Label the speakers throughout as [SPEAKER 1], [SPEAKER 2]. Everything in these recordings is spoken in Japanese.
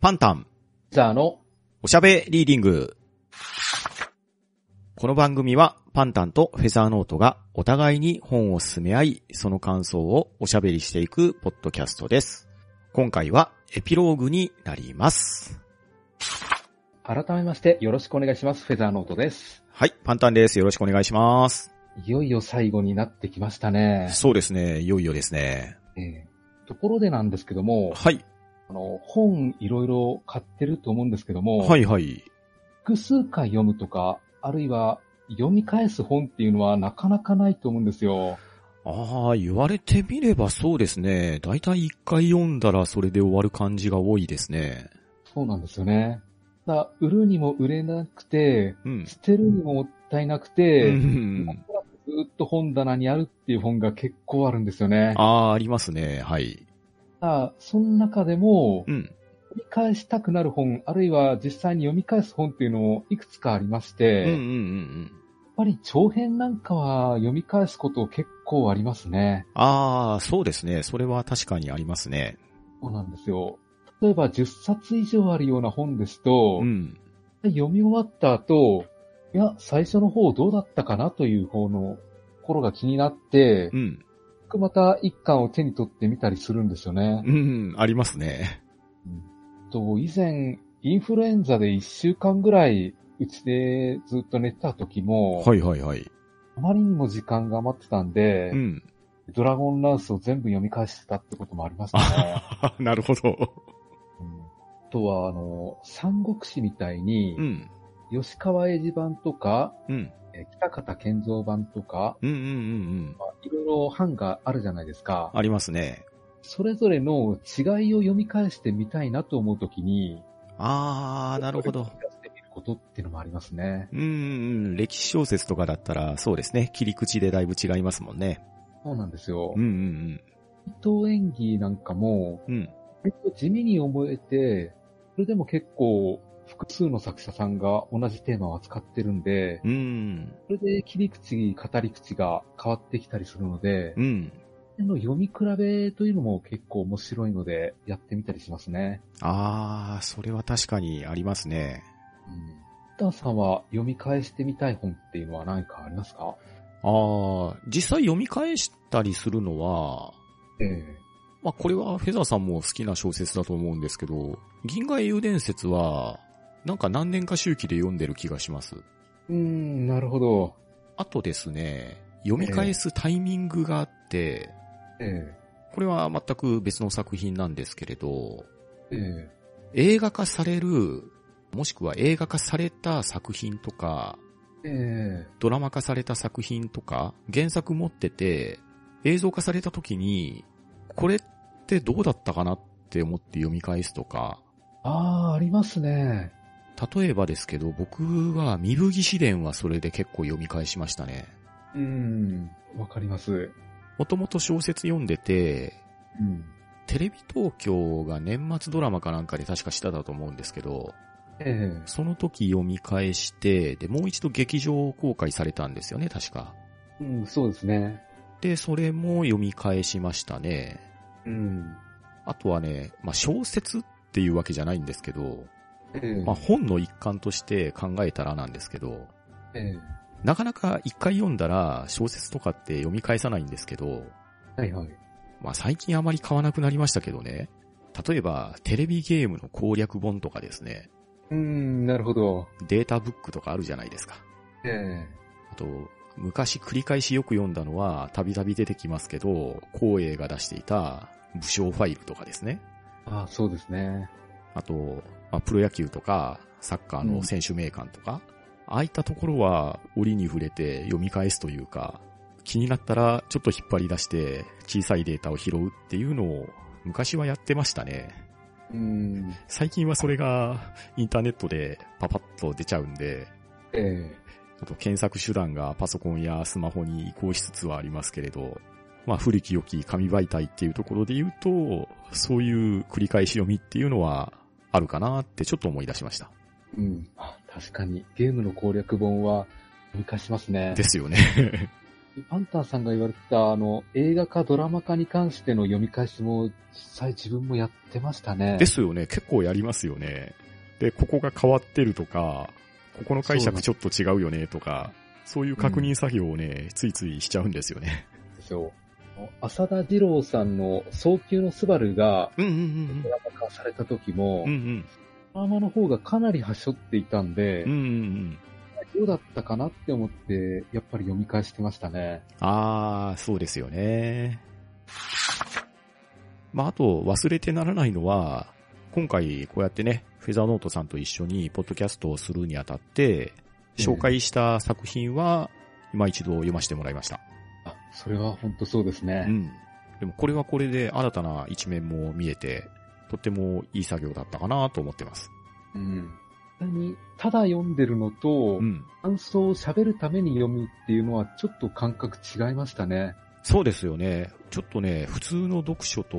[SPEAKER 1] パンタン、
[SPEAKER 2] じゃあの、
[SPEAKER 1] おしゃべリーディング。この番組は、パンタンとフェザーノートがお互いに本を進め合い、その感想をおしゃべりしていくポッドキャストです。今回はエピローグになります。
[SPEAKER 2] 改めましてよろしくお願いします。フェザーノートです。
[SPEAKER 1] はい、パンタンです。よろしくお願いします。
[SPEAKER 2] いよいよ最後になってきましたね。
[SPEAKER 1] そうですね、いよいよですね。
[SPEAKER 2] えーところでなんですけども、
[SPEAKER 1] はい、
[SPEAKER 2] あの、本いろいろ買ってると思うんですけども、
[SPEAKER 1] はいはい。
[SPEAKER 2] 複数回読むとか、あるいは読み返す本っていうのはなかなかないと思うんですよ。
[SPEAKER 1] ああ、言われてみればそうですね。だいたい一回読んだらそれで終わる感じが多いですね。
[SPEAKER 2] そうなんですよね。だから売るにも売れなくて、
[SPEAKER 1] うん。
[SPEAKER 2] 捨てるにももったいなく
[SPEAKER 1] う
[SPEAKER 2] て、
[SPEAKER 1] ん、
[SPEAKER 2] ずっと本棚にあるっていう本が結構あるんですよね。
[SPEAKER 1] ああ、ありますね。はい。
[SPEAKER 2] ただその中でも、
[SPEAKER 1] うん。
[SPEAKER 2] 読み返したくなる本、あるいは実際に読み返す本っていうのもいくつかありまして、
[SPEAKER 1] うんうんうん
[SPEAKER 2] や
[SPEAKER 1] う
[SPEAKER 2] っ
[SPEAKER 1] ん。
[SPEAKER 2] ぱり長編なんかは読み返すこと結構ありますね。
[SPEAKER 1] ああ、そうですね。それは確かにありますね。
[SPEAKER 2] そうなんですよ。例えば10冊以上あるような本ですと、
[SPEAKER 1] うん。
[SPEAKER 2] 読み終わった後、いや、最初の方どうだったかなという方の心が気になって
[SPEAKER 1] う、ん。
[SPEAKER 2] また一巻を手に取ってみたりするんですよね。
[SPEAKER 1] うん、ありますね。
[SPEAKER 2] と以前、インフルエンザで1週間ぐらい、うちでずっと寝てた時も、
[SPEAKER 1] はいはいはい。
[SPEAKER 2] あまりにも時間が余ってたんで、
[SPEAKER 1] うん。
[SPEAKER 2] ドラゴンランスを全部読み返してたってこともありましたね。
[SPEAKER 1] なるほど。
[SPEAKER 2] うんあとは、あの、三国志みたいに、
[SPEAKER 1] うん。
[SPEAKER 2] 吉川英治版とか、
[SPEAKER 1] うん。
[SPEAKER 2] え北方健三版とか、
[SPEAKER 1] うんうんうんうん。
[SPEAKER 2] まあいろいろ版があるじゃないですか。
[SPEAKER 1] ありますね。
[SPEAKER 2] それぞれの違いを読み返してみたいなと思うときに、
[SPEAKER 1] ああ、なるほど
[SPEAKER 2] 読。み返してみることっていうのもありますね。
[SPEAKER 1] うんうん、歴史小説とかだったら、そうですね。切り口でだいぶ違いますもんね。
[SPEAKER 2] そうなんですよ。
[SPEAKER 1] うんうん
[SPEAKER 2] 伊藤演技なんかも、
[SPEAKER 1] うん。うん。
[SPEAKER 2] 割と地味に思えて、それでも結構複数の作者さんが同じテーマを扱ってるんで、
[SPEAKER 1] うん。
[SPEAKER 2] それで切り口、語り口が変わってきたりするので、
[SPEAKER 1] うん。
[SPEAKER 2] の読み比べというのも結構面白いので、やってみたりしますね。
[SPEAKER 1] ああ、それは確かにありますね。
[SPEAKER 2] うん。ダンさんは読み返してみたい本っていうのは何かありますか
[SPEAKER 1] ああ、実際読み返したりするのは、
[SPEAKER 2] ええ
[SPEAKER 1] まあ、これはフェザーさんも好きな小説だと思うんですけど、銀河英雄伝説は、なんか何年か周期で読んでる気がします。
[SPEAKER 2] うーん、なるほど。
[SPEAKER 1] あとですね、読み返すタイミングがあって、
[SPEAKER 2] ええ
[SPEAKER 1] これは全く別の作品なんですけれど、
[SPEAKER 2] ええ
[SPEAKER 1] 映画化される、もしくは映画化された作品とか、
[SPEAKER 2] ええ
[SPEAKER 1] ドラマ化された作品とか、原作持ってて、映像化された時に、これってどうだったかなって思って読み返すとか、
[SPEAKER 2] ああ、ありますね。
[SPEAKER 1] 例えばですけど、僕は、身吹義伝はそれで結構読み返しましたね。
[SPEAKER 2] うーん、わかります。
[SPEAKER 1] もともと小説読んでて、
[SPEAKER 2] うん。
[SPEAKER 1] テレビ東京が年末ドラマかなんかで確かしてたと思うんですけど、
[SPEAKER 2] ええ
[SPEAKER 1] その時読み返して、で、もう一度劇場公開されたんですよね、確か。
[SPEAKER 2] うん、そうですね。
[SPEAKER 1] で、それも読み返しましたね。
[SPEAKER 2] うん。
[SPEAKER 1] あとはね、まあ、小説っていうわけじゃないんですけど、
[SPEAKER 2] ええ
[SPEAKER 1] まあ、本の一環として考えたらなんですけど、
[SPEAKER 2] ええ
[SPEAKER 1] なかなか一回読んだら小説とかって読み返さないんですけど、
[SPEAKER 2] はいはい。
[SPEAKER 1] まあ最近あまり買わなくなりましたけどね。例えば、テレビゲームの攻略本とかですね。
[SPEAKER 2] うーん、なるほど。
[SPEAKER 1] データブックとかあるじゃないですか。
[SPEAKER 2] ええ
[SPEAKER 1] あと、昔繰り返しよく読んだのは、たびたび出てきますけど、光栄が出していた武将ファイルとかですね。
[SPEAKER 2] ああ、そうですね。
[SPEAKER 1] あと、まあ、プロ野球とか、サッカーの選手名鑑とか、ああいったところは折に触れて読み返すというか、気になったらちょっと引っ張り出して小さいデータを拾うっていうのを昔はやってましたね。
[SPEAKER 2] うーん、
[SPEAKER 1] 最近はそれがインターネットでパパッと出ちゃうんで、
[SPEAKER 2] ええ
[SPEAKER 1] ちょっと検索手段がパソコンやスマホに移行しつつはありますけれど、まあ古き良き紙媒体っていうところで言うと、そういう繰り返し読みっていうのはあるかなってちょっと思い出しました。
[SPEAKER 2] うん。あ、確かに、ゲームの攻略本は、読み返しますね。
[SPEAKER 1] ですよね。
[SPEAKER 2] パンタンさんが言われてた、あの、映画化、ドラマ化に関しての読み返しも、実際自分もやってましたね。
[SPEAKER 1] ですよね。結構やりますよね。で、ここが変わってるとか、ここの解釈ちょっと違うよねとか、そういう確認作業をね、ついついしちゃうんですよね。
[SPEAKER 2] ですよ。浅田二郎さんの早急のスバルが、
[SPEAKER 1] うんうん
[SPEAKER 2] ドラマ化された時も、
[SPEAKER 1] うんうん。うん
[SPEAKER 2] ドラマの方がかなり端折っていたんで、
[SPEAKER 1] うん。うんうんうん。
[SPEAKER 2] どうだったかなって思って、やっぱり読み返してましたね。
[SPEAKER 1] あー、そうですよね。まあ、あと忘れてならないのは、今回こうやってね、フェザーノートさんと一緒にポッドキャストをするにあたって、紹介した作品は、今一度読ませてもらいました。
[SPEAKER 2] あ、それは本当そうです
[SPEAKER 1] う
[SPEAKER 2] ね。
[SPEAKER 1] ん。でもこれはこれで新たな一面も見えて、とってもいい作業だったかなと思ってます。
[SPEAKER 2] うん。本当にただ読んでるのと、
[SPEAKER 1] うん。
[SPEAKER 2] 感想を喋るために読むっていうのはちょっと感覚違いましたね。
[SPEAKER 1] そうですよね。ちょっとね、普通の読書と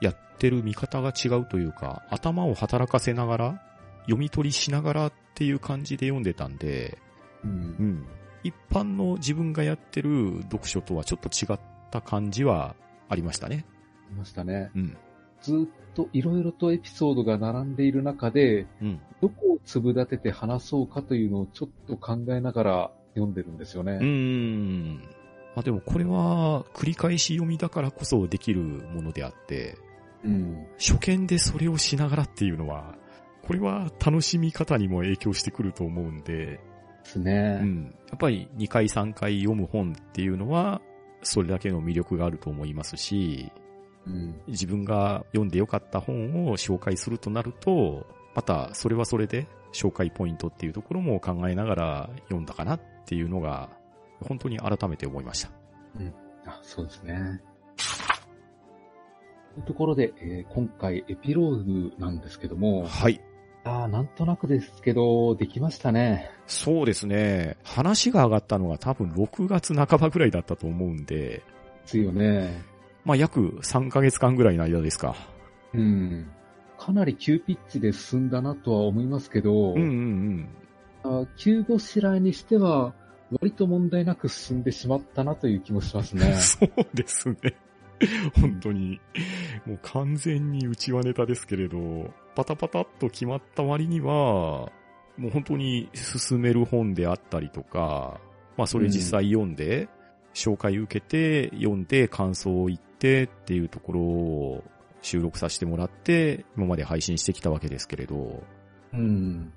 [SPEAKER 1] やってる見方が違うというか、頭を働かせながら、読み取りしながらっていう感じで読んでたんで、
[SPEAKER 2] う。
[SPEAKER 1] うんん。一般の自分がやってる読書とはちょっと違った感じはありましたね。
[SPEAKER 2] いましたね。
[SPEAKER 1] うん。
[SPEAKER 2] ずっといろいろとエピソードが並んでいる中で、
[SPEAKER 1] うん。
[SPEAKER 2] どこを粒立てて話そうかというのをちょっと考えながら読んでるんですよ
[SPEAKER 1] うー
[SPEAKER 2] ね。
[SPEAKER 1] ん。まあでもこれは繰り返し読みだからこそできるものであって、
[SPEAKER 2] うん。
[SPEAKER 1] 初見でそれをしながらっていうのは、これは楽しみ方にも影響してくると思うんで、
[SPEAKER 2] です
[SPEAKER 1] う
[SPEAKER 2] ね。
[SPEAKER 1] ん。やっぱり2回3回読む本っていうのは、それだけの魅力があると思いますし、
[SPEAKER 2] うん。
[SPEAKER 1] 自分が読んでよかった本を紹介するとなると、またそれはそれで紹介ポイントっていうところも考えながら読んだかなっていうのが、本当に改めて思いました。
[SPEAKER 2] あ、そうですね。というところで、えー今回エピローグなんですけども、
[SPEAKER 1] はい。
[SPEAKER 2] あーなんとなくですけど、できましたね。
[SPEAKER 1] そうですね。話が上がったのが多分6月半ばぐらいだったと思うんで、
[SPEAKER 2] ですよね。
[SPEAKER 1] まあ約3ヶ月間ぐらいの間ですか。
[SPEAKER 2] うん。かなり急ピッチで進んだなとは思いますけど、
[SPEAKER 1] うんうんうん。。
[SPEAKER 2] あ急ごしらえにしては、割と問題なく進んでしまったなという気もしますね
[SPEAKER 1] そうですね。 本当に。もう完全に内輪ネタですけれど、パタパタっと決まった割には、もう本当に進める本であったりとか、まあそれ実際読んで、紹介受けて、読んで感想を言ってっていうところを収録させてもらって、今まで配信してきたわけですけれど、
[SPEAKER 2] うん。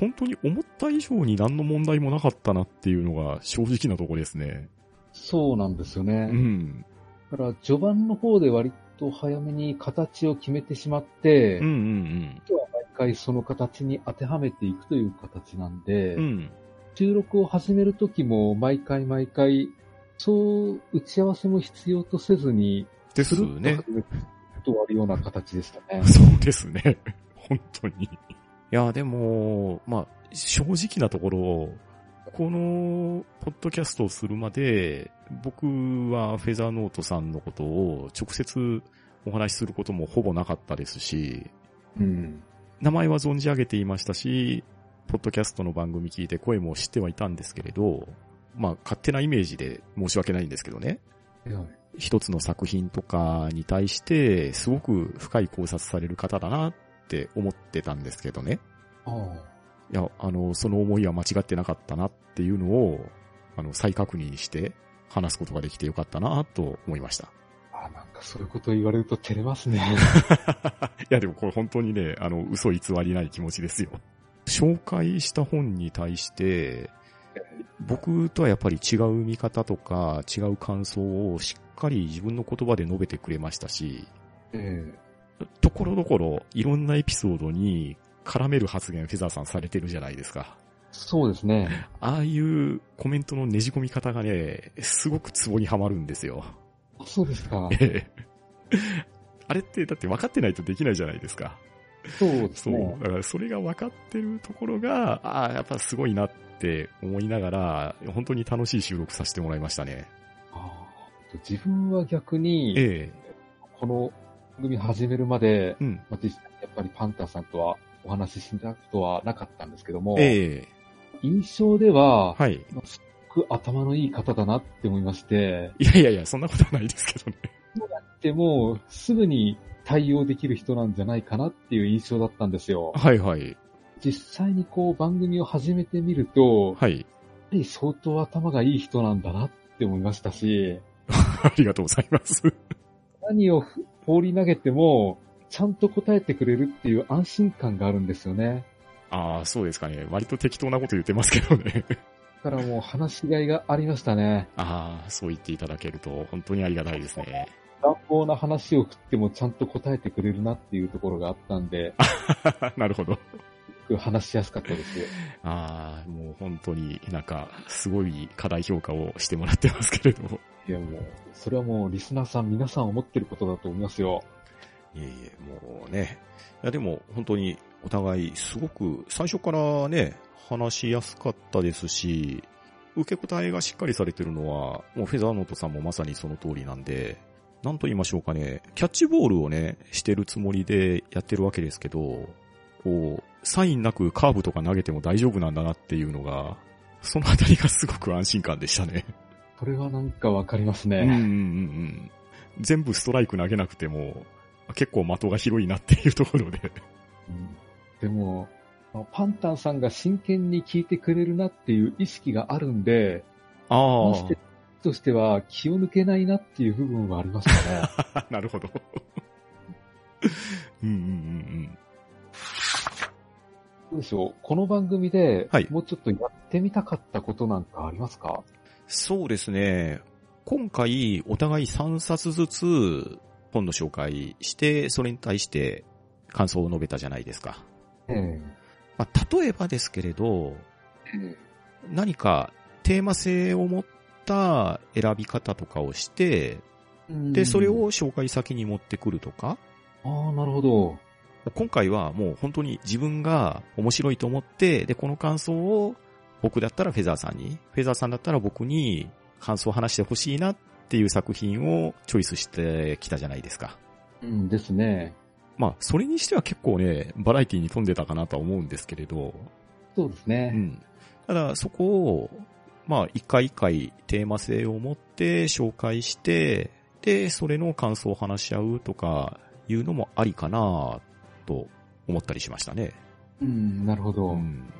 [SPEAKER 1] 本当に思った以上に何の問題もなかったなっていうのが正直なところですね。
[SPEAKER 2] そうなんですよね。
[SPEAKER 1] うん。
[SPEAKER 2] だから、序盤の方で割と早めに形を決めてしまって、
[SPEAKER 1] うんうんうん。
[SPEAKER 2] 毎回その形に当てはめていくという形なんで、
[SPEAKER 1] うん。
[SPEAKER 2] 収録を始める時も毎回毎回、そう打ち合わせも必要とせずに、
[SPEAKER 1] です
[SPEAKER 2] っと
[SPEAKER 1] ね。。
[SPEAKER 2] 始めると終わるような形でした ね
[SPEAKER 1] そうですね。 本当に。いや、でも、まあ、正直なところ、この、ポッドキャストをするまで、僕はフェザーノートさんのことを直接お話しすることもほぼなかったですし、
[SPEAKER 2] うん。
[SPEAKER 1] 名前は存じ上げていましたし、ポッドキャストの番組聞いて声も知ってはいたんですけれど、まあ、勝手なイメージで申し訳ないんですけどね。
[SPEAKER 2] いや
[SPEAKER 1] 一つの作品とかに対して、すごく深い考察される方だなって思ってたんですけどね。
[SPEAKER 2] ああ
[SPEAKER 1] いや、あの、その思いは間違ってなかったなっていうのを、あの、再確認して話すことができてよかったなと思いました。
[SPEAKER 2] あ、なんかそういうこと言われると照れま すね。
[SPEAKER 1] いや、でもこれ本当にね、あの、嘘偽りない気持ちですよ。紹介した本に対して、僕とはやっぱり違う見方とか、違う感想をしっかり自分の言葉で述べてくれましたし、
[SPEAKER 2] え
[SPEAKER 1] ところどころ、いろんなエピソードに絡める発言フェザーさんされてるじゃないですか。
[SPEAKER 2] そうですね。
[SPEAKER 1] ああいうコメントのねじ込み方がね、すごくツボにはまるんですよ。
[SPEAKER 2] あそうですか。
[SPEAKER 1] ええあれってだって分かってないとできないじゃないですか。
[SPEAKER 2] そうです
[SPEAKER 1] そう
[SPEAKER 2] ね。。
[SPEAKER 1] だからそれが分かってるところが、ああ、やっぱすごいなって思いながら、本当に楽しい収録させてもらいましたね。
[SPEAKER 2] ああ自分は逆に、
[SPEAKER 1] え
[SPEAKER 2] この番組始めるまで
[SPEAKER 1] え、うん。
[SPEAKER 2] まあ、実際やっぱりパンタさんとはお話ししたことはなかったんですけども、
[SPEAKER 1] ええ
[SPEAKER 2] 印象では、
[SPEAKER 1] はい。
[SPEAKER 2] まあすごく頭のいい方だなって思いまして、
[SPEAKER 3] いやいやいや、そんなことはないですけどね。
[SPEAKER 2] でも、すぐに対応できる人なんじゃないかなっていう印象だったんですよ。
[SPEAKER 3] はいはい。
[SPEAKER 2] 実際にこう番組を始めてみると、やっ
[SPEAKER 3] はい。
[SPEAKER 2] ぱり相当頭がいい人なんだなって思いましたし、
[SPEAKER 3] ありがとうございます。
[SPEAKER 2] 何を放り投げても、ちゃんと答えてくれるっていう安心感があるんですよね。
[SPEAKER 3] ああ、そうですかね。割と適当なこと言ってますけどね。
[SPEAKER 2] だからもう話しがいがありましたね。
[SPEAKER 3] ああ、そう言っていただけると本当にありがたいですね。
[SPEAKER 2] 乱暴な話を振ってもちゃんと答えてくれるなっていうところがあったんで、
[SPEAKER 3] なるほど。
[SPEAKER 2] 話しやすかったですよ。
[SPEAKER 3] ああ、もう本当になんか、すごい課題評価をしてもらってますけれども。
[SPEAKER 2] いやもう、それはもうリスナーさん皆さん思ってることだと思いますよ。
[SPEAKER 1] いえいえ、もうね。いや、でも本当にお互いすごく最初からね、話しやすかったですし、受け答えがしっかりされてるのは、もうフェザーノートさんもまさにその通りなんで、なんと言いましょうかね、キャッチボールをね、してるつもりでやってるわけですけど、こう、サインなくカーブとか投げても大丈夫なんだなっていうのが、そのあたりがすごく安心感でしたね。
[SPEAKER 2] これはなんかわかります
[SPEAKER 3] うんうんうん
[SPEAKER 2] ね。
[SPEAKER 3] うん。全部ストライク投げなくても、結構的が広いなっていうところで。
[SPEAKER 2] うんでも、あのパンタンさんが真剣に聞いてくれるなっていう意識があるんで、
[SPEAKER 3] あ
[SPEAKER 2] 話してる人としては気を抜けないなっていう部分はありました ね。
[SPEAKER 3] あ、なるほど。 うんうんうん
[SPEAKER 2] どうでしょうこの番組で
[SPEAKER 1] はい、
[SPEAKER 2] もうちょっとやってみたかったことなんかありますか、
[SPEAKER 1] そうですね。今回、お互い3冊ずつ本の紹介して、それに対して感想を述べたじゃないですか。
[SPEAKER 2] え
[SPEAKER 1] まあ、例えばですけれど、
[SPEAKER 2] ええ
[SPEAKER 1] 何かテーマ性を持った選び方とかをして、
[SPEAKER 2] え
[SPEAKER 1] で、それを、紹介先に持ってくるとか、
[SPEAKER 2] ああ、なるほど。
[SPEAKER 1] 今回はもう本当に自分が面白いと思って、で、この感想を僕だったらフェザーさんに、フェザーさんだったら僕に感想を話してほしいなっていう作品をチョイスしてきたじゃないですか。
[SPEAKER 2] うんですね。
[SPEAKER 1] まあ、それにしては結構ね、バラエティに富んでたかなとは思うんですけれど、
[SPEAKER 2] そうです
[SPEAKER 1] う
[SPEAKER 2] ね。
[SPEAKER 1] ん。ただ、そこを、まあ、一回一回テーマ性を持って紹介して、で、それの感想を話し合うとかいうのもありかなと思ったりしましたね。
[SPEAKER 2] うん、なるほど。
[SPEAKER 1] うん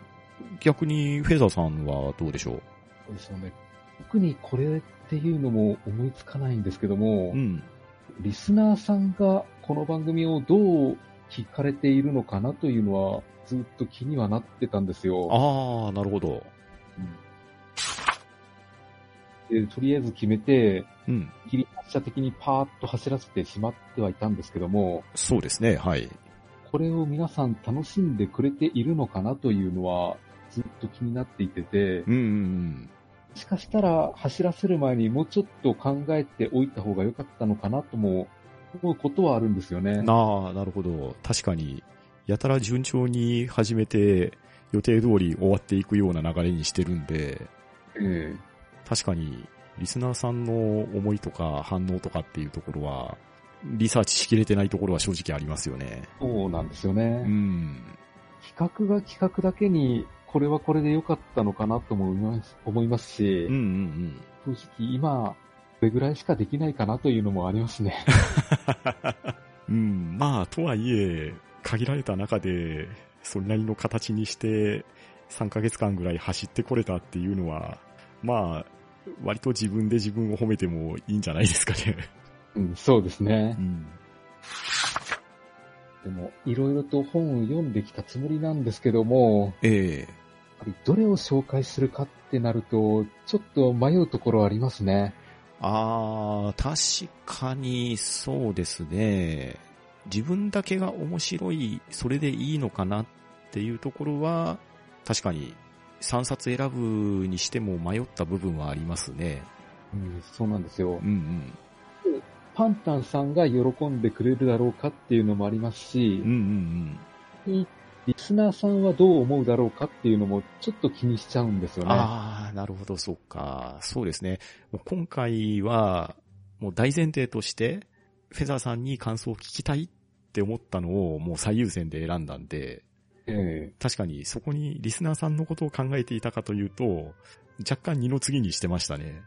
[SPEAKER 1] 逆に、フェザーさんはどうでしょ
[SPEAKER 2] そうですよね。特にこれっていうのも思いつかないんですけども、
[SPEAKER 1] ううん。
[SPEAKER 2] リスナーさんがこの番組をどう聞かれているのかなというのは、ずっと気にはなってたんですよ。
[SPEAKER 1] ああ、なるほど。
[SPEAKER 2] でとりあえず決めて、
[SPEAKER 1] うん。
[SPEAKER 2] 切り発車的にパーッと走らせてしまってはいたんですけども、
[SPEAKER 1] そうですね、はい。
[SPEAKER 2] これを皆さん楽しんでくれているのかなというのは、ずっと気になっていてて、
[SPEAKER 1] うんうんうん。
[SPEAKER 2] もしかしたら走らせる前にもうちょっと考えておいた方が良かったのかなとも思うことはあるんですよね。
[SPEAKER 1] なあ、なるほど。確かに、やたら順調に始めて、予定通り終わっていくような流れにしてるんで、
[SPEAKER 2] ええ
[SPEAKER 1] 確かに、リスナーさんの思いとか反応とかっていうところは、リサーチしきれてないところは正直ありますよね。
[SPEAKER 2] そうなんですよ
[SPEAKER 1] う
[SPEAKER 2] ね。
[SPEAKER 1] ん。
[SPEAKER 2] 企画が企画だけに、これはこれで良かったのかなとも思います思いますし
[SPEAKER 1] うんうんう、ん。
[SPEAKER 2] 正直今、これぐらいしかできないかなというのもありま すね。
[SPEAKER 3] うん。まあ、とはいえ、限られた中で、それなりの形にして、3ヶ月間ぐらい走ってこれたっていうのは、まあ、割と自分で自分を褒めてもいいんじゃないですかね。
[SPEAKER 2] うん、そうですね
[SPEAKER 3] う。ん。
[SPEAKER 2] でも、いろいろと本を読んできたつもりなんですけども、
[SPEAKER 1] ええ
[SPEAKER 2] やっぱりどれを紹介するかってなると、ちょっと迷うところありますね。
[SPEAKER 1] あー、確かにそうですね。自分だけが面白い、それでいいのかなっていうところは、確かに3冊選ぶにしても迷った部分はありますね。
[SPEAKER 2] うん、そうなんです
[SPEAKER 1] う。
[SPEAKER 2] よ
[SPEAKER 1] ん
[SPEAKER 2] パンタンさんが喜んでくれるだろうかっていうのもありますし
[SPEAKER 1] うん。うんう、ん
[SPEAKER 2] リスナーさんはどう思うだろうかっていうのもちょっと気にしちゃうんです
[SPEAKER 1] う
[SPEAKER 2] よ
[SPEAKER 1] ん。
[SPEAKER 2] ね。
[SPEAKER 1] あー、なるほど、そうか。そうですね。もう今回は、もう大前提として、フェザーさんに感想を聞きたいって思ったのをもう最優先で選んだんで、
[SPEAKER 2] え
[SPEAKER 1] 確かにそこにリスナーさんのことを考えていたかというと、若干二の次にしてました ね。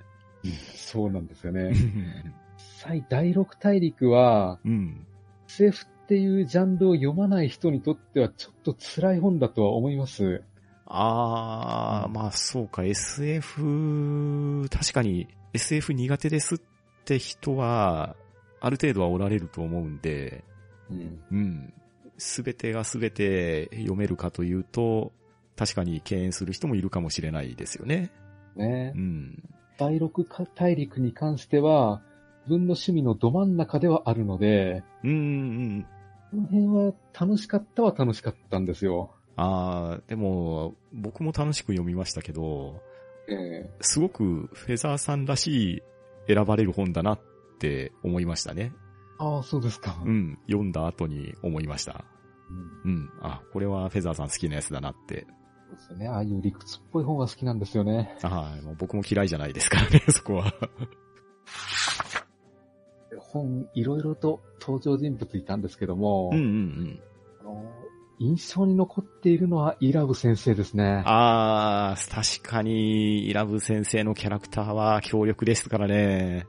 [SPEAKER 2] えそうなんですよね。実際、第六大陸は、
[SPEAKER 1] うん。
[SPEAKER 2] SF っていうジャンルを読まない人にとってはちょっと辛い本だとは思います。
[SPEAKER 1] あー、まあそうか、SF、確かに SF 苦手ですって人は、ある程度はおられると思うんで、
[SPEAKER 2] うん。
[SPEAKER 1] うん。すべてがすべて読めるかというと、確かに敬遠する人もいるかもしれないですよね。
[SPEAKER 2] ね
[SPEAKER 1] う。ん。
[SPEAKER 2] 第六大陸に関しては、自分の趣味のど真ん中ではあるので、
[SPEAKER 1] うん、うん。
[SPEAKER 2] この辺は楽しかったは楽しかったんですよ。
[SPEAKER 1] あー、でも、僕も楽しく読みましたけど、
[SPEAKER 2] ええ
[SPEAKER 1] すごくフェザーさんらしい選ばれる本だなって思いましたね。
[SPEAKER 2] ああ、そうですか。
[SPEAKER 1] うん。読んだ後に思いました。
[SPEAKER 2] うん
[SPEAKER 1] うん。あ、これはフェザーさん好きなやつだなって。
[SPEAKER 2] そうですよね。ああいう理屈っぽい本は好きなんですよね。
[SPEAKER 1] ああ、もう僕も嫌いじゃないですからね、そこは。
[SPEAKER 2] 本、いろいろと登場人物いたんですけども、
[SPEAKER 1] うんうん。
[SPEAKER 2] あの印象に残っているのはイラブ先生ですね。
[SPEAKER 1] ああ、確かに、イラブ先生のキャラクターは強力ですからね。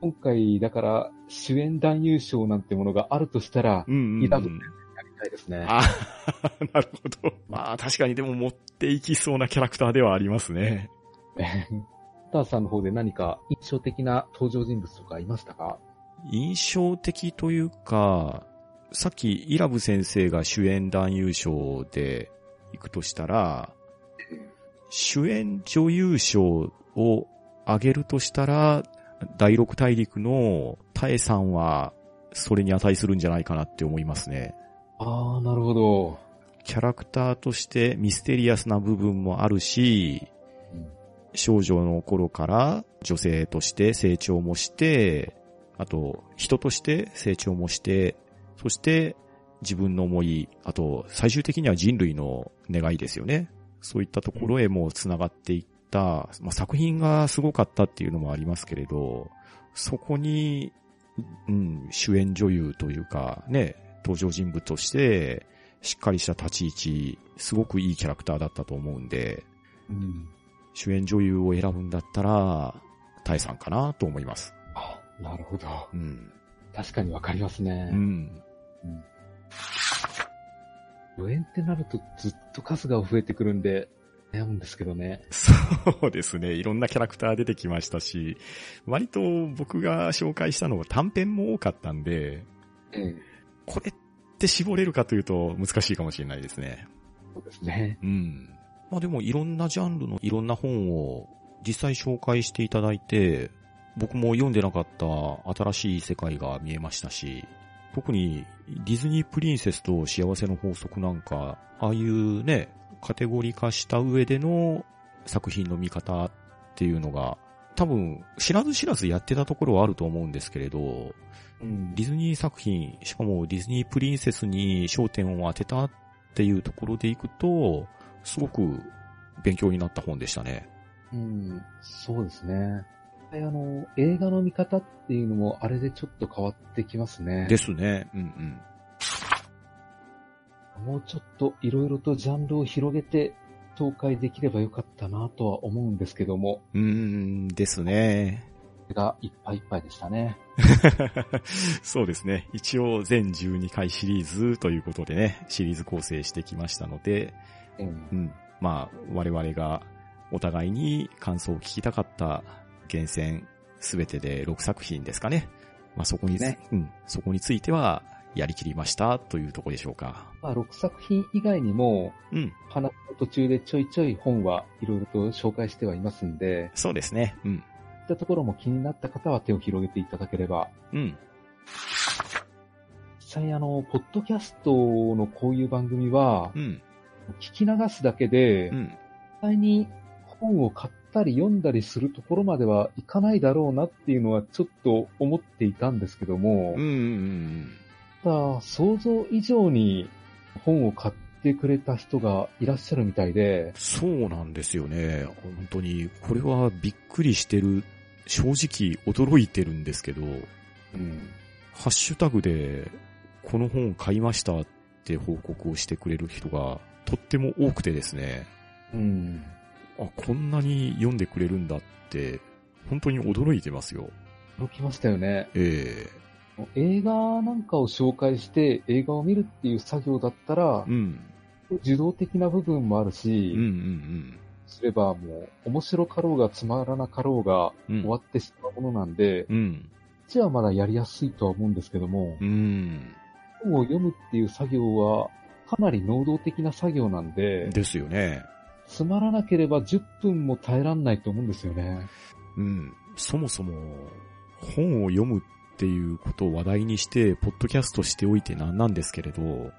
[SPEAKER 2] 今回、だから、主演男優賞なんてものがあるとしたら、
[SPEAKER 1] うんうん、うん。
[SPEAKER 2] イラブ先生やりたいですね。
[SPEAKER 1] ああ、 なるほど。まあ確かにでも持っていきそうなキャラクターではありますね。
[SPEAKER 2] スターさんの方で何か印象的な登場人物とかいましたか
[SPEAKER 1] 印象的というか、さっきイラブ先生が主演男優賞で行くとしたら、主演女優賞をあげるとしたら、第六大陸のタエさんはそれに値するんじゃないかなって思いますね。
[SPEAKER 2] ああ、なるほど。
[SPEAKER 1] キャラクターとしてミステリアスな部分もあるし、少女の頃から女性として成長もして、あと人として成長もして、そして自分の思い、あと最終的には人類の願いですよね。そういったところへもう繋がっていった、まあ、作品がすごかったっていうのもありますけれど、そこに、うん、主演女優というかね、登場人物としてしっかりした立ち位置、すごくいいキャラクターだったと思うんで、
[SPEAKER 2] うん。
[SPEAKER 1] 主演女優を選ぶんだったら、タイさんかなと思います。
[SPEAKER 2] あなるほど。
[SPEAKER 1] うん。
[SPEAKER 2] 確かにわかります
[SPEAKER 1] う
[SPEAKER 2] ね。
[SPEAKER 1] ん。
[SPEAKER 2] 予演ってなるとずっと数が増えてくるんで、悩むんですけどね。
[SPEAKER 1] そうですね。いろんなキャラクター出てきましたし、割と僕が紹介したのが短編も多かったんで、
[SPEAKER 2] ええ。
[SPEAKER 1] これって絞れるかというと難しいかもしれないですね。
[SPEAKER 2] そうですね。
[SPEAKER 1] うん。まあでもいろんなジャンルのいろんな本を実際紹介していただいて、僕も読んでなかった新しい世界が見えましたし、特にディズニープリンセスと幸せの法則なんか、ああいうね、カテゴリー化した上での作品の見方っていうのが、多分知らず知らずやってたところはあると思うんですけれど、
[SPEAKER 2] うん
[SPEAKER 1] ディズニー作品、しかもディズニープリンセスに焦点を当てたっていうところでいくと、すごく勉強になった本でしたね。
[SPEAKER 2] うん、そうですね。あの、映画の見方っていうのもあれでちょっと変わってきますね。
[SPEAKER 1] ですね。うんうん。
[SPEAKER 2] もうちょっといろいろとジャンルを広げて紹介できればよかったなとは思うんですけども、
[SPEAKER 1] うーん、ですね。
[SPEAKER 2] これがいっぱいいっぱいでしたね。
[SPEAKER 1] そうですね。一応全12回シリーズということでね、シリーズ構成してきましたので、
[SPEAKER 2] うん
[SPEAKER 1] う、ん。まあ、我々がお互いに感想を聞きたかった厳選すべてで6作品ですかね。まあそこに、
[SPEAKER 2] ね
[SPEAKER 1] うん、そこについてはやりきりましたというところでしょうか。
[SPEAKER 2] まあ、6作品以外にも、
[SPEAKER 1] うん。
[SPEAKER 2] 話の途中でちょいちょい本はいろいろと紹介してはいますんで、
[SPEAKER 1] そうですね。うん。
[SPEAKER 2] そういったところも気になった方は手を広げていただければ
[SPEAKER 1] うん。
[SPEAKER 2] 実際あの、ポッドキャストのこういう番組は
[SPEAKER 1] う、ん。
[SPEAKER 2] 聞き流すだけで、
[SPEAKER 1] う
[SPEAKER 2] 実
[SPEAKER 1] ん。
[SPEAKER 2] 際に本を買ったり読んだりするところまではいかないだろうなっていうのはちょっと思っていたんですけども
[SPEAKER 1] うんうん、うん。
[SPEAKER 2] ただ想像以上に本を買ってくれた人がいらっしゃるみたいで、
[SPEAKER 1] そうなんですよね。本当に、これはびっくりしてる、正直驚いてるんですけど、
[SPEAKER 2] うん
[SPEAKER 1] ハッシュタグで、この本買いましたっって報告をしてくれる人がとっても多くてですね、
[SPEAKER 2] うん。
[SPEAKER 1] あ、こんなに読んでくれるんだって、本当に驚いてますよ。
[SPEAKER 2] 驚きましたよね。
[SPEAKER 1] え
[SPEAKER 2] 映画なんかを紹介して映画を見るっていう作業だったら
[SPEAKER 1] え、うん。
[SPEAKER 2] 受動的な部分もある
[SPEAKER 1] う
[SPEAKER 2] し、
[SPEAKER 1] んうん
[SPEAKER 2] すればもう、面白かろうがつまらなかろうが
[SPEAKER 1] うん。うん
[SPEAKER 2] 終わってしまうものなんで、こ
[SPEAKER 1] うん。
[SPEAKER 2] っちはまだやりやすいとは思うんですけども
[SPEAKER 1] う、ん。
[SPEAKER 2] 本を読むっていう作業は、かなり能動的な作業なんで、
[SPEAKER 1] ですよね。
[SPEAKER 2] つまらなければ10分も耐えらんないと思うんですよね。
[SPEAKER 1] うん。そもそも、本を読むっていうことを話題にして、ポッドキャストしておいてなんなんですけれど、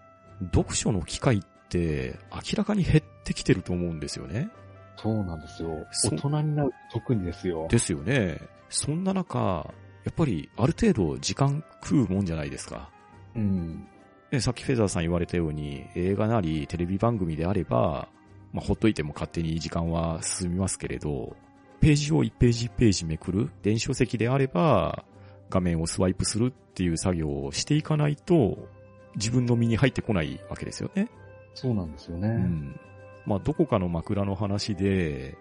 [SPEAKER 1] 読書の機会って明らかに減ってきてると思うんですよね。
[SPEAKER 2] そうなんですよ。
[SPEAKER 1] そう
[SPEAKER 2] 大人になると特にですよ。
[SPEAKER 1] ですよね。そんな中、やっぱりある程度時間食うもんじゃないですか。
[SPEAKER 2] うん。
[SPEAKER 1] ねさっきフェザーさん言われたように、映画なりテレビ番組であれば、まあ、ほっといても勝手に時間は進みますけれど、ページを1ページ1ページめくる、電子書籍であれば、画面をスワイプするっていう作業をしていかないと、自分の身に入ってこないわけですよね。
[SPEAKER 2] そうなんですよね。
[SPEAKER 1] うん。まあ、どこかの枕の話で、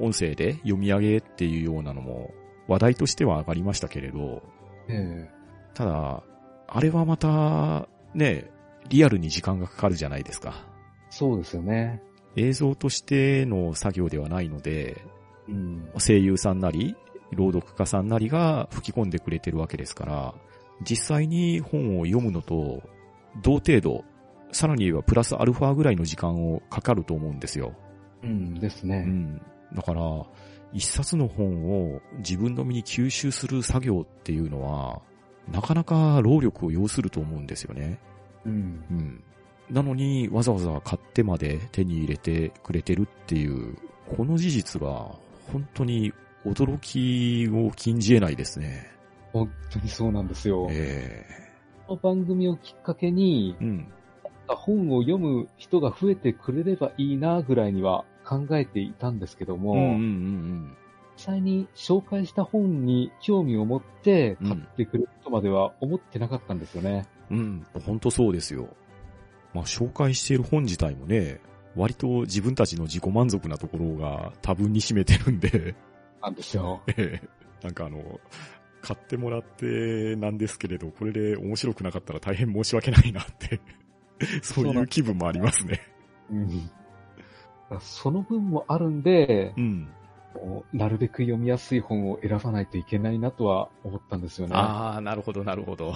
[SPEAKER 1] 音声で読み上げっていうようなのも、話題としては上がりましたけれど、
[SPEAKER 2] え
[SPEAKER 1] ただ、あれはまた、ね、リアルに時間がかかるじゃないですか。
[SPEAKER 2] えそうですよね。
[SPEAKER 1] 映像としての作業ではないので、
[SPEAKER 2] うん。
[SPEAKER 1] 声優さんなり、朗読家さんなりが吹き込んでくれてるわけですから、実際に本を読むのと、同程度、さらに言えばプラスアルファぐらいの時間をかかると思うんですよ。
[SPEAKER 2] うんですね。
[SPEAKER 1] うん。だから、一冊の本を自分の身に吸収する作業っていうのは、なかなか労力を要すると思うんですよね。
[SPEAKER 2] うん
[SPEAKER 1] うん。なのに、わざわざ買ってまで手に入れてくれてるっていう、この事実が、本当に驚きを禁じ得ないですね。
[SPEAKER 2] 本当にそうなんですよ。
[SPEAKER 1] え
[SPEAKER 2] この番組をきっかけに
[SPEAKER 1] え、うん。
[SPEAKER 2] 本を読む人が増えてくれればいいなぐらいには考えていたんですけども、
[SPEAKER 1] うんうんうん
[SPEAKER 2] 実際に紹介した本に興味を持って
[SPEAKER 1] うん。う
[SPEAKER 2] 買っ
[SPEAKER 1] ん
[SPEAKER 2] てくれるとまでは思ってなかったんですよね。
[SPEAKER 1] うん、本当そうですよ。まあ、紹介している本自体もね、割と自分たちの自己満足なところが多分に占めてるんで、
[SPEAKER 2] なんですよ。
[SPEAKER 1] ええなんかあの、買ってもらってなんですけれど、これで面白くなかったら大変申し訳ないなって、 そう
[SPEAKER 2] そう
[SPEAKER 1] い
[SPEAKER 2] なん
[SPEAKER 1] う気分もありますね。
[SPEAKER 2] うんその分もあるんで、
[SPEAKER 1] うん。
[SPEAKER 2] なるべく読みやすい本を選ばないといけないなとは思ったんですよね。
[SPEAKER 1] ああ、なるほど、なるほど。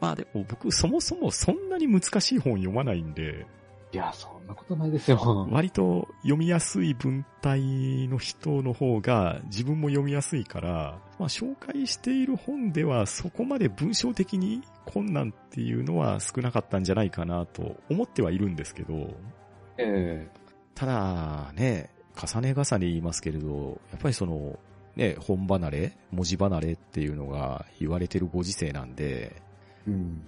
[SPEAKER 1] まあでも僕そもそもそんなに難しい本読まないんで、
[SPEAKER 2] いや、そんなことないですよ。
[SPEAKER 1] 割と読みやすい文体の人の方が自分も読みやすいから、まあ紹介している本ではそこまで文章的に困難っていうのは少なかったんじゃないかなと思ってはいるんですけど、
[SPEAKER 2] え
[SPEAKER 1] ただね、重ね重ね言いますけれど、やっぱりその、ね、本離れ、文字離れっていうのが言われてるご時世なんで、
[SPEAKER 2] えうん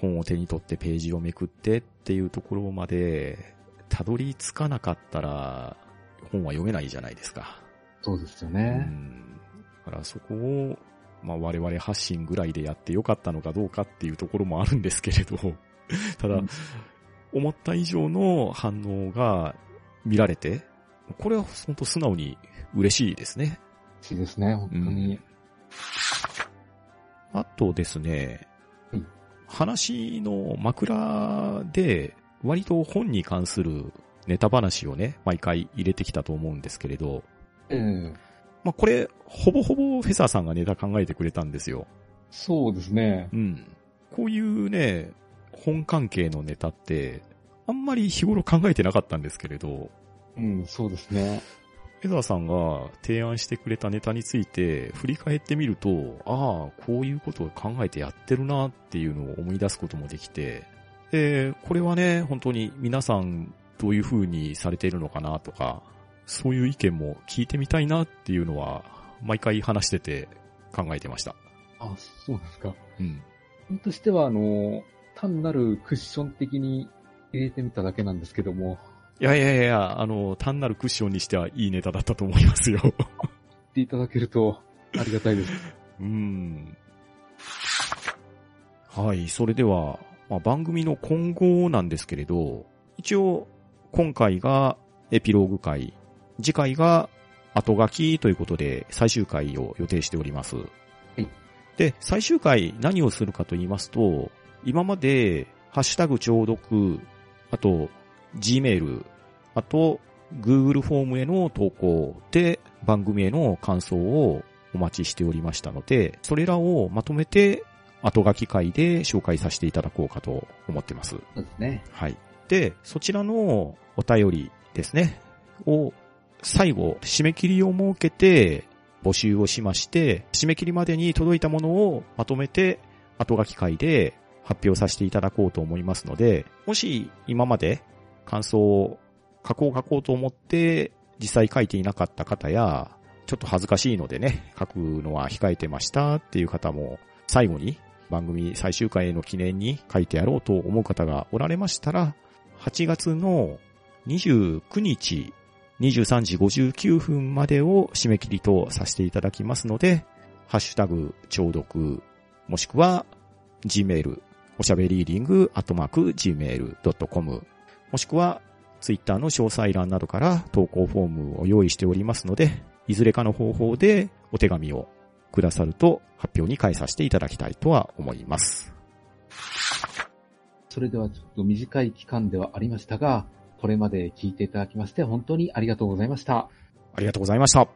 [SPEAKER 1] 本を手に取ってページをめくってっていうところまで、たどり着かなかったら、本は読めないじゃないですか。
[SPEAKER 2] そうですよ
[SPEAKER 1] う
[SPEAKER 2] ね。
[SPEAKER 1] ん。だからそこを、まあ我々発信ぐらいでやってよかったのかどうかっていうところもあるんですけれど、 ただ
[SPEAKER 2] うん、
[SPEAKER 1] 思った以上の反応が見られて、これは本当素直に嬉しいですね。
[SPEAKER 2] 嬉しいですね、本当に。
[SPEAKER 1] あとですね、
[SPEAKER 2] うん
[SPEAKER 1] 話の枕で、割と本に関するネタ話をね、毎回入れてきたと思うんですけれど、
[SPEAKER 2] ええ
[SPEAKER 1] まあ、これ、ほぼほぼフェザーさんがネタ考えてくれたんですよ。
[SPEAKER 2] そうですね。
[SPEAKER 1] うん。こういうね、本関係のネタって、あんまり日頃考えてなかったんですけれど、
[SPEAKER 2] うん、そうですね。
[SPEAKER 1] フェザーさんが提案してくれたネタについて振り返ってみると、ああ、こういうことを考えてやってるなっていうのを思い出すこともできて、で、これはね、本当に皆さんどういう風にされているのかなとか、そういう意見も聞いてみたいなっていうのは、毎回話してて考えてました。
[SPEAKER 2] あ、そうですか。
[SPEAKER 1] うん。
[SPEAKER 2] 本としては、あの、単なるクッション的に入れてみただけなんですけども、
[SPEAKER 1] いやいやいや、あの、単なるクッションにしてはいいネタだったと思いますよ。
[SPEAKER 2] 言っていただけるとありがたいです。
[SPEAKER 1] うん。はい、それでは、まあ、番組の今後なんですけれど、一応、今回がエピローグ回、次回が後書きということで最終回を予定しております。
[SPEAKER 2] い
[SPEAKER 1] で、最終回何をするかと言いますと、今まで、ハッシュタグ聴読、あと、Gmail、あと、Google フォームへの投稿で番組への感想をお待ちしておりましたので、それらをまとめて後書き会で紹介させていただこうかと思ってます。
[SPEAKER 2] そうですね。
[SPEAKER 1] はい。で、そちらのお便りですね、を最後、締め切りを設けて募集をしまして、締め切りまでに届いたものをまとめて後書き会で発表させていただこうと思いますので、もし今まで感想を書こう書こうと思って実際書いていなかった方や、ちょっと恥ずかしいのでね、書くのは控えてましたっていう方も最後に番組最終回への記念に書いてやろうと思う方がおられましたら、8月の29日23時59分までを締め切りとさせていただきますので、ハッシュタグ、聴読、もしくは、gmail、おしゃべりーディング、アットマーク、gmail.com、もしくは、ツイッターの詳細欄などから投稿フォームを用意しておりますので、いずれかの方法でお手紙をくださると発表に返させていただきたいとは思います。
[SPEAKER 2] それではちょっと短い期間ではありましたが、これまで聞いていただきまして本当にありがとうございました。
[SPEAKER 1] ありがとうございました。
[SPEAKER 2] こ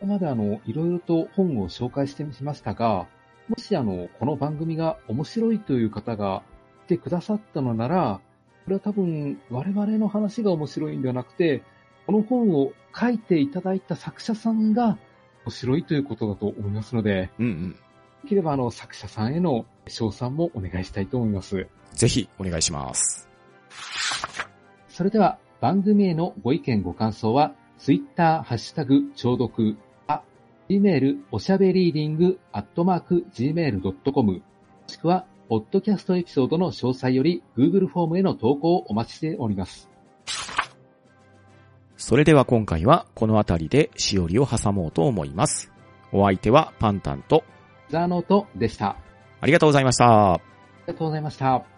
[SPEAKER 2] こまであの、いろいろと本を紹介してみましたが、もしあの、この番組が面白いという方が来てくださったのなら、これは多分我々の話が面白いんではなくて、この本を書いていただいた作者さんが面白いということだと思いますので、
[SPEAKER 1] うんうん。
[SPEAKER 2] できればあの、作者さんへの賞賛もお願いしたいと思います。
[SPEAKER 1] ぜひお願いします。
[SPEAKER 2] それでは番組へのご意見ご感想は、Twitter、ハッシュタグ、聴読、あ、Gmail、おしゃべりーディング、アットマーク、gmail.com、もしくは、ポッドキャストエピソードの詳細より Google フォームへの投稿をお待ちしております。
[SPEAKER 1] それでは今回はこの辺りでしおりを挟もうと思います。お相手はパンタンと
[SPEAKER 2] ザーノートでした。あ
[SPEAKER 1] ありがとうございました。
[SPEAKER 2] りがとうございました。